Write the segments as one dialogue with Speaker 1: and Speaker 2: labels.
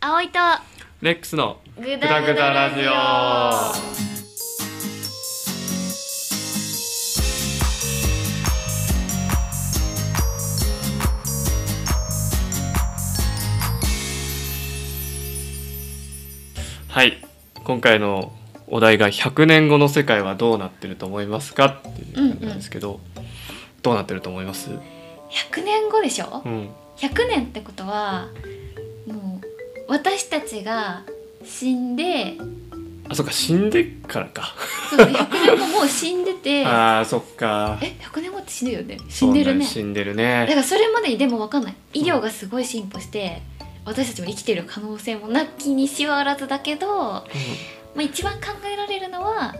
Speaker 1: 葵と
Speaker 2: レックスの
Speaker 1: グ
Speaker 2: ダグダラジオはい今回のお題が100年後の世界はどうなってると思いますかっていう感じなんですけど、どうなってると思います、
Speaker 1: 100年後でしょ
Speaker 2: うん、
Speaker 1: 100年ってことはもう私たちが死んで
Speaker 2: あそっか死んでからか
Speaker 1: そうね100年後もう死んでてえ
Speaker 2: あーそっか
Speaker 1: 100年後って死ぬよね死んでるね
Speaker 2: そうね死んでる
Speaker 1: だか
Speaker 2: ね
Speaker 1: らそれまでにでも分かんない医療がすごい進歩して私たちも生きてる可能性もなきにしはあらずだけど、まあ、一番考えられるのは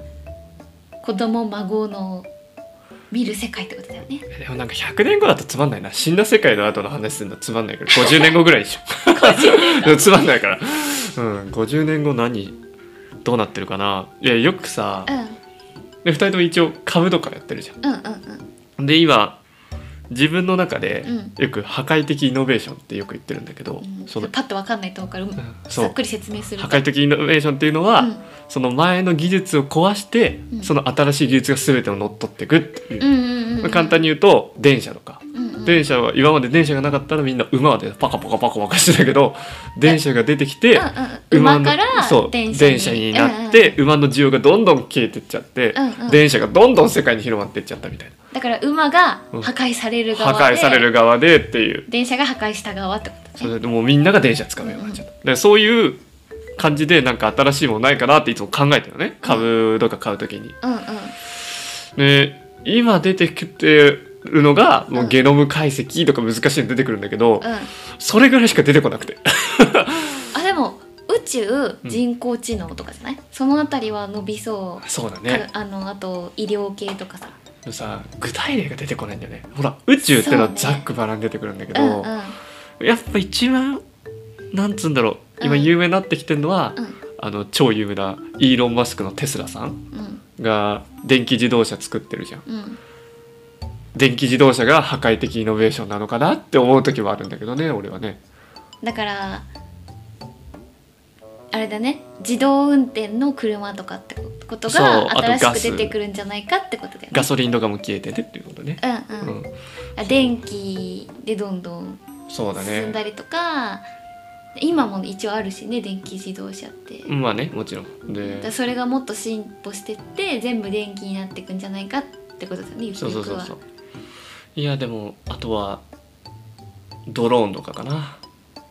Speaker 1: 子供孫の見る世界ってことだよね
Speaker 2: でもなんか100年後だとつまんないな死んだ世界の後の話するのつまんないから50年後ぐらいでしょ つまんないから、うん、50年後何どうなってるかないやよくさ
Speaker 1: うん
Speaker 2: で2人とも一応株とかやってるじゃ
Speaker 1: うんうん
Speaker 2: んで今自分の中で
Speaker 1: うん
Speaker 2: よく破壊的イノベーションってよく言ってるんだけど、
Speaker 1: うん
Speaker 2: その
Speaker 1: パッと分かんないとこから
Speaker 2: うんそ
Speaker 1: さっ
Speaker 2: う
Speaker 1: くり説明する
Speaker 2: 破
Speaker 1: と
Speaker 2: 壊的イノベーションっていうのは、
Speaker 1: うん
Speaker 2: その前の技術を壊して、
Speaker 1: うん
Speaker 2: その新しい技術が全てを乗っ取っていくっていう
Speaker 1: う、んうんうんうん
Speaker 2: 簡単に言うと電車とか
Speaker 1: うんうん
Speaker 2: 電車は今まで電車がなかったらみんな馬でパカパカパカパカしてたけど電車が出てきて
Speaker 1: うんうん、馬
Speaker 2: の
Speaker 1: から
Speaker 2: そう
Speaker 1: 電車に
Speaker 2: 電車になって、馬の需要がどんどん消えてっちゃって、
Speaker 1: うんうん
Speaker 2: 電車がどんどん世界に広まってっちゃったみたい
Speaker 1: だから馬が
Speaker 2: うん
Speaker 1: 破壊される
Speaker 2: な破
Speaker 1: 側で、
Speaker 2: 壊される側でっていう
Speaker 1: 電車が破壊した側ってこと
Speaker 2: それでもうみんなが電車使うようになっちゃった、でそういう感じでなんか新しいものないかなっていつも考えてるのね株とか買う時に。
Speaker 1: うんうん
Speaker 2: で今出てきてるのがも
Speaker 1: う
Speaker 2: うんゲノム解析とか難しいの出てくるんだけど、
Speaker 1: うん
Speaker 2: それぐらいしか出てこなくて。
Speaker 1: あでも宇宙
Speaker 2: うん
Speaker 1: 人工知能とかじゃない、そのあたりは伸びそう
Speaker 2: そうだ
Speaker 1: か
Speaker 2: ね
Speaker 1: あのあと医療系とかさ
Speaker 2: でもさ具体例が出てこないんだよねほら宇宙っての
Speaker 1: そう
Speaker 2: は
Speaker 1: ね
Speaker 2: ざっくばらんに出てくるんだけ
Speaker 1: う
Speaker 2: ど、
Speaker 1: んうん
Speaker 2: やっぱ一番なんつうんだろう今
Speaker 1: うん
Speaker 2: 有名になってきてるのは、
Speaker 1: うん
Speaker 2: あの超有名なイーロン・マスクのテスラさん
Speaker 1: うん
Speaker 2: が電気自動車作ってるじゃん
Speaker 1: うん
Speaker 2: 電気自動車が破壊的イノベーションなのかなって思う時もあるんだけどね俺はね
Speaker 1: だからあれだね自動運転の車とかってこと
Speaker 2: そう
Speaker 1: が
Speaker 2: あと
Speaker 1: 新し
Speaker 2: ガ
Speaker 1: く
Speaker 2: ス
Speaker 1: 出てくるんじゃないかってことだよね
Speaker 2: ガソリンとかも消えててっていうことね、
Speaker 1: うんうん、
Speaker 2: うん
Speaker 1: あ電気でどんどん
Speaker 2: そうだ
Speaker 1: 進んだ
Speaker 2: ね
Speaker 1: りとか、今も一応あるしね電気自動車って、
Speaker 2: まあねもちろん
Speaker 1: だから
Speaker 2: で
Speaker 1: それがもっと進歩してって全部電気になっていくんじゃないかってことだよねゆく
Speaker 2: そう
Speaker 1: ゆ
Speaker 2: そう
Speaker 1: く
Speaker 2: そう
Speaker 1: は
Speaker 2: そういやでもあとはドローンとかかな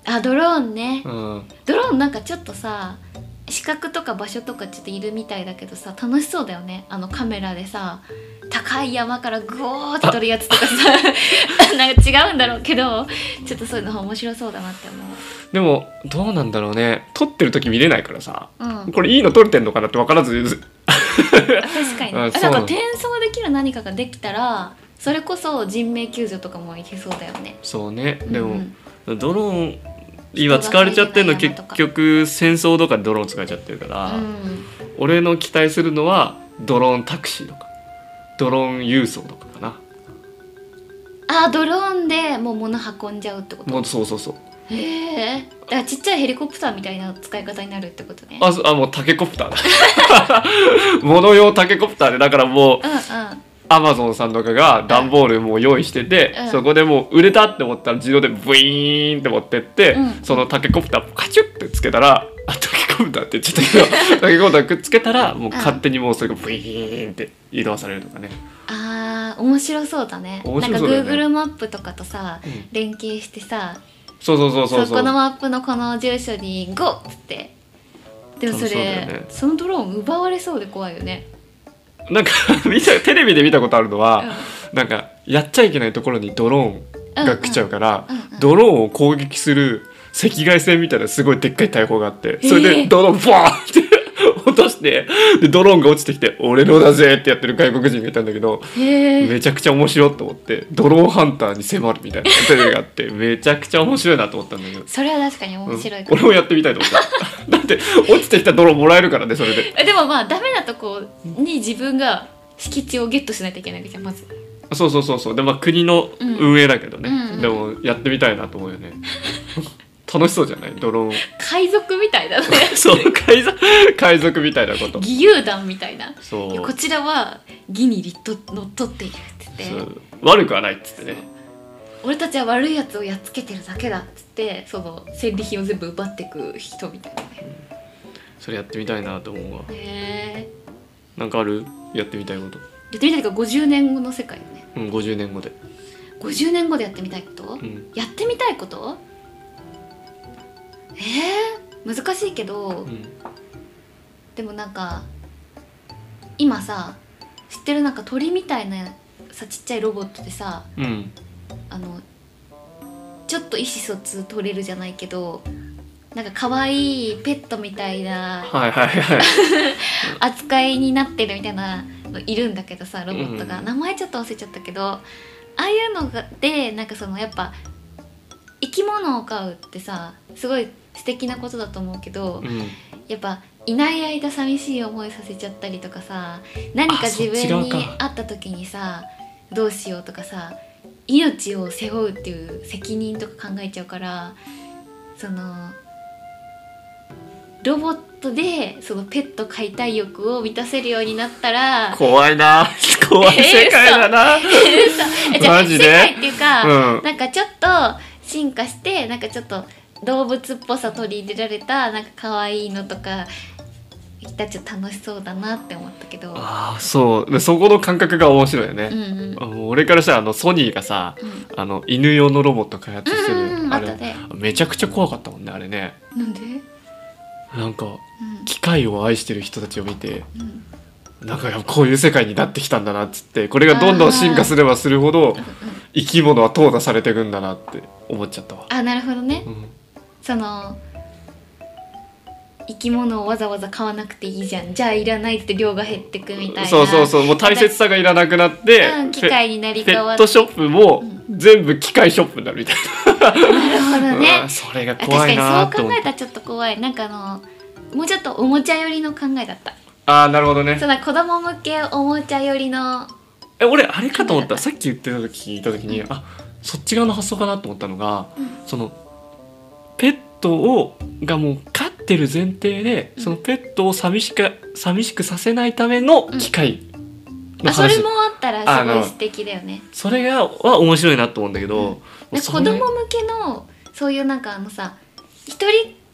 Speaker 1: あドローンね、
Speaker 2: うん
Speaker 1: ドローンなんかちょっとさ視覚とか場所とかちょっといるみたいだけどさ楽しそうだよねあのカメラでさ高い山からグオーって撮るやつとか さなんか違うんだろうけどちょっとそういうの面白そうだなって
Speaker 2: でもどうなんだろうね撮ってる時見れないからさ
Speaker 1: 思う、うん、
Speaker 2: これいいの撮れてんのかなって分からず
Speaker 1: あ確かに、ね、
Speaker 2: あ
Speaker 1: あ
Speaker 2: そう
Speaker 1: なんか転送できる何かができたらそれこそ人命救助とかもいけそうだよね
Speaker 2: そうねで
Speaker 1: う
Speaker 2: も
Speaker 1: ん、
Speaker 2: ドローン今使われちゃってるの
Speaker 1: 人が入れない
Speaker 2: 結
Speaker 1: 山とか
Speaker 2: 局戦争とかでドローン使っちゃってるから、
Speaker 1: うん
Speaker 2: 俺の期待するのはドローンタクシーとかドローン輸送とかかな
Speaker 1: あドローンでもう物運んじゃうってこと
Speaker 2: もうそうそうそう
Speaker 1: へえだからちっちゃいヘリコプターみたいな使い方になるってことね
Speaker 2: あそあもうタケコプターだ 物用タケコプターでだからもう
Speaker 1: うんうん
Speaker 2: アマゾンさんとかが段ボールもう用意してて、
Speaker 1: うん
Speaker 2: そこでもう売れたって思ったら自動でブイーンって持ってって、
Speaker 1: うん
Speaker 2: そのタケコプターをカチュッてつけたらあタケコプターって言っちゃっ たけどタケコプターくっつけたらもう勝手にもうそれがブイーンって移動されるとかね、
Speaker 1: あー面白そうだねな
Speaker 2: 面
Speaker 1: ん
Speaker 2: 白
Speaker 1: か
Speaker 2: そうだよね
Speaker 1: Google マップとかとさ、
Speaker 2: うん
Speaker 1: 連携してさ
Speaker 2: そうそうそう
Speaker 1: そ
Speaker 2: そうそう
Speaker 1: このマップのこの住所に「GO!」っつってでもそ
Speaker 2: 楽し
Speaker 1: れ
Speaker 2: そうだよ
Speaker 1: そ,、
Speaker 2: ね
Speaker 1: のドローン奪われそうで怖いよね
Speaker 2: なんか 見たテレビで見たことあるの
Speaker 1: う
Speaker 2: は、
Speaker 1: ん
Speaker 2: なんかやっちゃいけないところにドローンが来ちゃうから、
Speaker 1: うんうんうんうん
Speaker 2: ドローンを攻撃する赤外線みたいなすごいでっかい大砲があってそれ
Speaker 1: え
Speaker 2: で
Speaker 1: ー
Speaker 2: ドローンバーンって落としてでドローンが落ちてきて「俺のだぜ!」ってやってる外国人がいたんだけど
Speaker 1: へえ
Speaker 2: めちゃくちゃ面白いと思ってドローンハンターに迫るみたいなテレビがあってめちゃくちゃ面白いなと思ったんだけど。
Speaker 1: それは確かに面白いかも
Speaker 2: うん俺もやってみたいと 思っただって落ちてきたドローンもらえるからねそれで
Speaker 1: えでもまあダメなとこに自分が敷地をゲットしないといけないわけじゃんまず
Speaker 2: そうそうそうそうでまあ国の運営だけどね、
Speaker 1: うんうん
Speaker 2: でもやってみたいなと思うよね 楽しそうじゃないド ローン
Speaker 1: 海賊みたいだね
Speaker 2: そう海賊海賊みたいなこと
Speaker 1: 義勇団みたいな
Speaker 2: そう
Speaker 1: こちらは義に立と乗っ取っているって
Speaker 2: そ
Speaker 1: 言って
Speaker 2: う悪くはないっつってね
Speaker 1: 俺たちは悪いやつをやっつけてるだけだっつってその戦利品を全部奪ってく人みたいなね
Speaker 2: それやってみたいなと思うわ
Speaker 1: へえ
Speaker 2: なんかあるやってみたいこと
Speaker 1: やってみたいとか50年後の世界よね
Speaker 2: うん50年後で
Speaker 1: 50年後でやってみたいこと、
Speaker 2: うん
Speaker 1: やってみたいことえー、難しいけど、
Speaker 2: うん
Speaker 1: でもなんか今さ知ってるなんか鳥みたいなさちっちゃいロボットでさ
Speaker 2: うん
Speaker 1: あのちょっと意思疎通取れるじゃないけどなんか可愛いペットみたいな
Speaker 2: はいはいはい
Speaker 1: 扱いになってるみたいなのいるんだけどさロボットが、
Speaker 2: うん
Speaker 1: 名前ちょっと忘れちゃったけどああいうのがでなんかそのやっぱ生き物を飼うってさすごい素敵なことだと思うけど、
Speaker 2: うん
Speaker 1: やっぱいない間寂しい思いさせちゃったりとかさ何か自
Speaker 2: そっち側
Speaker 1: 分に
Speaker 2: か
Speaker 1: 会った時にさどうしようとかさ命を背負うっていう責任とか考えちゃうからそのロボットでそのペット飼いたい欲を満たせるようになったら
Speaker 2: 怖い な怖い世界だな、
Speaker 1: えじゃあ
Speaker 2: マジで
Speaker 1: 世界っていうか、
Speaker 2: うん
Speaker 1: なんかちょっと進化してなんかちょっと動物っぽさ取り入れられたなんか可愛いのとかいたらちょっと楽しそうだなって思ったけど
Speaker 2: ああそうでそこの感覚が面白いよね
Speaker 1: うん、うん
Speaker 2: あの俺からしたらあのソニーがさ
Speaker 1: うん
Speaker 2: あの犬用のロボット開発してる、
Speaker 1: うんうん
Speaker 2: あ
Speaker 1: あっ
Speaker 2: れ
Speaker 1: たね
Speaker 2: めちゃくちゃ怖かったもんねあれね
Speaker 1: なんで、
Speaker 2: なんか
Speaker 1: う
Speaker 2: 機械を愛してる人たちを見て
Speaker 1: んうん
Speaker 2: なんかやっぱこういう世界になってきたんだなっつってこれがどんどん進化すればするほど生き物は淘汰されていくんだなって思っちゃったわ、
Speaker 1: あなるほどね
Speaker 2: うん、
Speaker 1: その生き物をわざわざ買わなくていいじゃんじゃあいらないって量が減ってくみたいな
Speaker 2: そうそうそうもう大切さがいらなくなって、
Speaker 1: うん機械になり
Speaker 2: ペペ
Speaker 1: 変わ
Speaker 2: ッ
Speaker 1: って
Speaker 2: トショップも全部機械ショップになるみたい
Speaker 1: なるほ
Speaker 2: な、
Speaker 1: どね
Speaker 2: うん それが
Speaker 1: 確か
Speaker 2: 怖
Speaker 1: に
Speaker 2: いな
Speaker 1: そ
Speaker 2: と
Speaker 1: う
Speaker 2: 思
Speaker 1: 考
Speaker 2: っ
Speaker 1: え
Speaker 2: て
Speaker 1: たらちょっと怖いなんかあのもうちょっとおもちゃ寄りの考えだった
Speaker 2: ああなるほどね
Speaker 1: そうなんか子供向けおもちゃ寄りの
Speaker 2: え俺あれかと思ったさっき言ってた時聞いた時に、あそっち側の発想かなと思ったのが、そのペットをがもう飼ってる前提で、
Speaker 1: うん
Speaker 2: そのペットを寂しく寂しくさせないための機械の
Speaker 1: あそ
Speaker 2: 話、
Speaker 1: れもあったらす
Speaker 2: あなる
Speaker 1: ご
Speaker 2: ほ
Speaker 1: い
Speaker 2: ど
Speaker 1: 素敵だよね
Speaker 2: それがは面白いなと思うんだけど、
Speaker 1: で
Speaker 2: そ
Speaker 1: 子
Speaker 2: れ
Speaker 1: 供向けのそういうなんかあのさ一人っ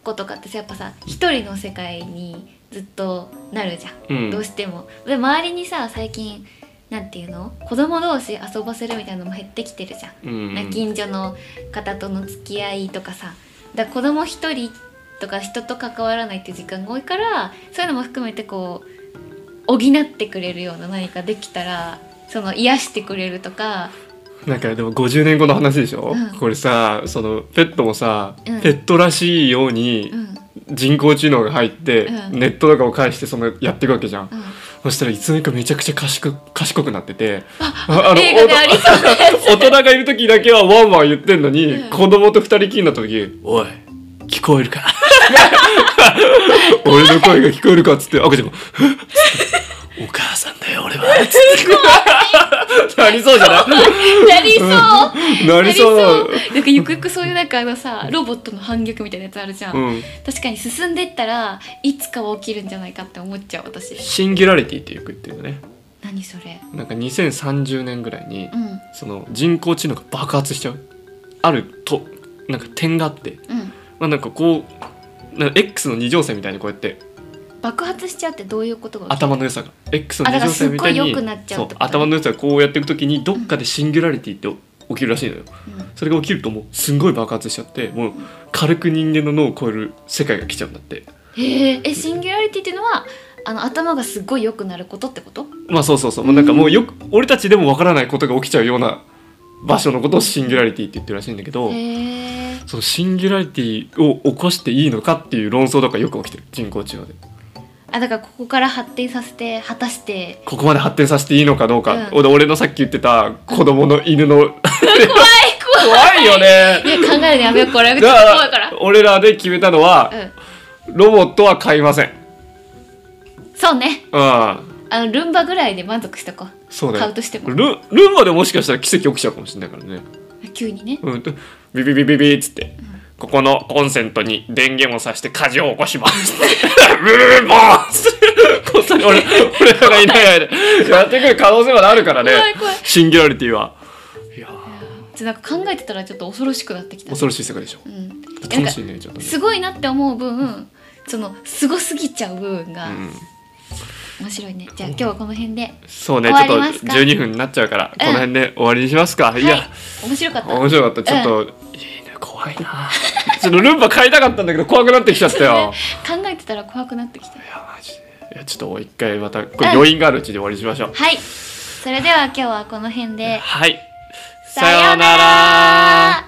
Speaker 1: 子とかってさやっぱさ一人の世界にずっとなるじゃん、
Speaker 2: うん
Speaker 1: どうしてもで周りにさ最近なんていうの子供同士遊ばせるみたいなのも減ってきてるじゃん
Speaker 2: うん
Speaker 1: な近所の方との付き合いとかさだから子供一人とか人と関わらないっていう時間が多いからそういうのも含めてこう補ってくれるような何かできたらその癒してくれるとか
Speaker 2: なんかでも50年後の話でしょ、
Speaker 1: うん
Speaker 2: これさそのペットもさ、
Speaker 1: うん
Speaker 2: ペットらしいように
Speaker 1: うんうん
Speaker 2: 人工知能が入って、
Speaker 1: うん
Speaker 2: ネットとかを介してそのやっていくわけじゃん、そしたらいつの間にかめちゃくちゃ賢く賢くなっててあ
Speaker 1: 映画でありそうなや
Speaker 2: おと大人がいる時だけはワンワン言ってんのに、
Speaker 1: うん
Speaker 2: 子供と二人きりになった時「おい聞こえるか? 」 俺の声が聞こえるかっつって赤ちゃんが「 お母さんだよ俺は」つって なりそうじゃない
Speaker 1: つなりそう
Speaker 2: な
Speaker 1: な
Speaker 2: りそうなの
Speaker 1: なんかゆくゆくそういうなんかあのさロボットの反逆みたいなやつあるじゃん、
Speaker 2: うん、
Speaker 1: 確かに進んでったらいつかは起きるんじゃないかって思っちゃう私
Speaker 2: シンギュラリティってよく言ってるよね
Speaker 1: 何それ
Speaker 2: なんか2030年ぐらいに
Speaker 1: うんうん
Speaker 2: その人工知能が爆発しちゃうあるとなんか点があってまあなんかこうなんか X の二乗線みたいにこうやって
Speaker 1: 爆発しちゃうってどういうことが起きる
Speaker 2: 頭の良さが X の
Speaker 1: あだ
Speaker 2: 二
Speaker 1: か
Speaker 2: 乗
Speaker 1: らす
Speaker 2: 線
Speaker 1: っ
Speaker 2: み
Speaker 1: ご
Speaker 2: たい
Speaker 1: い
Speaker 2: に
Speaker 1: 良くなっちゃ
Speaker 2: そう
Speaker 1: っ
Speaker 2: う
Speaker 1: てこと
Speaker 2: 頭の良さがこうやっていく時にどっかでシンギュラリティって起きるらしいのよ、
Speaker 1: うん
Speaker 2: それが起きるともうすんごい爆発しちゃってもう軽く人間の脳を超える世界が来ちゃうんだって
Speaker 1: へええシンギュラリティっていうのはあの頭がすっごい良くなることってこと
Speaker 2: まあそうそうそう、もうなんかもうよく俺たちでもわからないことが起きちゃうような場所のことをシンギュラリティって言ってるらしいんだけど、
Speaker 1: へえ
Speaker 2: そのシンギュラリティを起こしていいのかっていう論争とかよく起きてる人工知能で
Speaker 1: あだからここから発展させて果たして
Speaker 2: ここまで発展させていいのかどうか、
Speaker 1: う
Speaker 2: 俺のさっき言ってた子供の犬の
Speaker 1: 怖い怖い
Speaker 2: 怖いよね
Speaker 1: いや考えるのやめようこれ
Speaker 2: だ
Speaker 1: 怖いか
Speaker 2: からら俺らで決めたのは、
Speaker 1: う
Speaker 2: ロボットは買いません
Speaker 1: んそうね
Speaker 2: うん
Speaker 1: あのルンバぐらいで満足しとこう
Speaker 2: そうだ
Speaker 1: 買
Speaker 2: よ
Speaker 1: うとしても
Speaker 2: ルルンバでもしかしたら奇跡起きちゃうかもしれないからね
Speaker 1: 急にね
Speaker 2: うんビビビビビっつって、ここのコンセントに電源を挿して火事を起こします」ブルブルボーンってこっそり俺俺らがいない間にやってくる可能性まであるからね
Speaker 1: 怖い怖い
Speaker 2: シンギュラリティはいや
Speaker 1: ちょなんか考えてたらちょっと恐ろしくなってきた、
Speaker 2: 恐ろしい世界でしょ
Speaker 1: うん、なん
Speaker 2: 楽
Speaker 1: か
Speaker 2: しいねちょっとね
Speaker 1: すごいなって思う分そのすごすぎちゃう部分が
Speaker 2: うん
Speaker 1: 面白いね、じゃあ今日はこの辺で
Speaker 2: そうねちょっ
Speaker 1: 終
Speaker 2: と
Speaker 1: わりますか
Speaker 2: 12分になっちゃうから、
Speaker 1: うん
Speaker 2: この辺で終わりにしますか、いや
Speaker 1: 面白かった
Speaker 2: 面白かったちょっと、いいね怖いなちょっとルンバ買いたかったんだけど怖くなってきちゃったよ
Speaker 1: 考えてたら怖くなってきた
Speaker 2: いやマジでいやちょっと一回またこれ余韻があるうちで終わりにしましょう、
Speaker 1: はいそれでは今日はこの辺で
Speaker 2: はい
Speaker 1: さようなら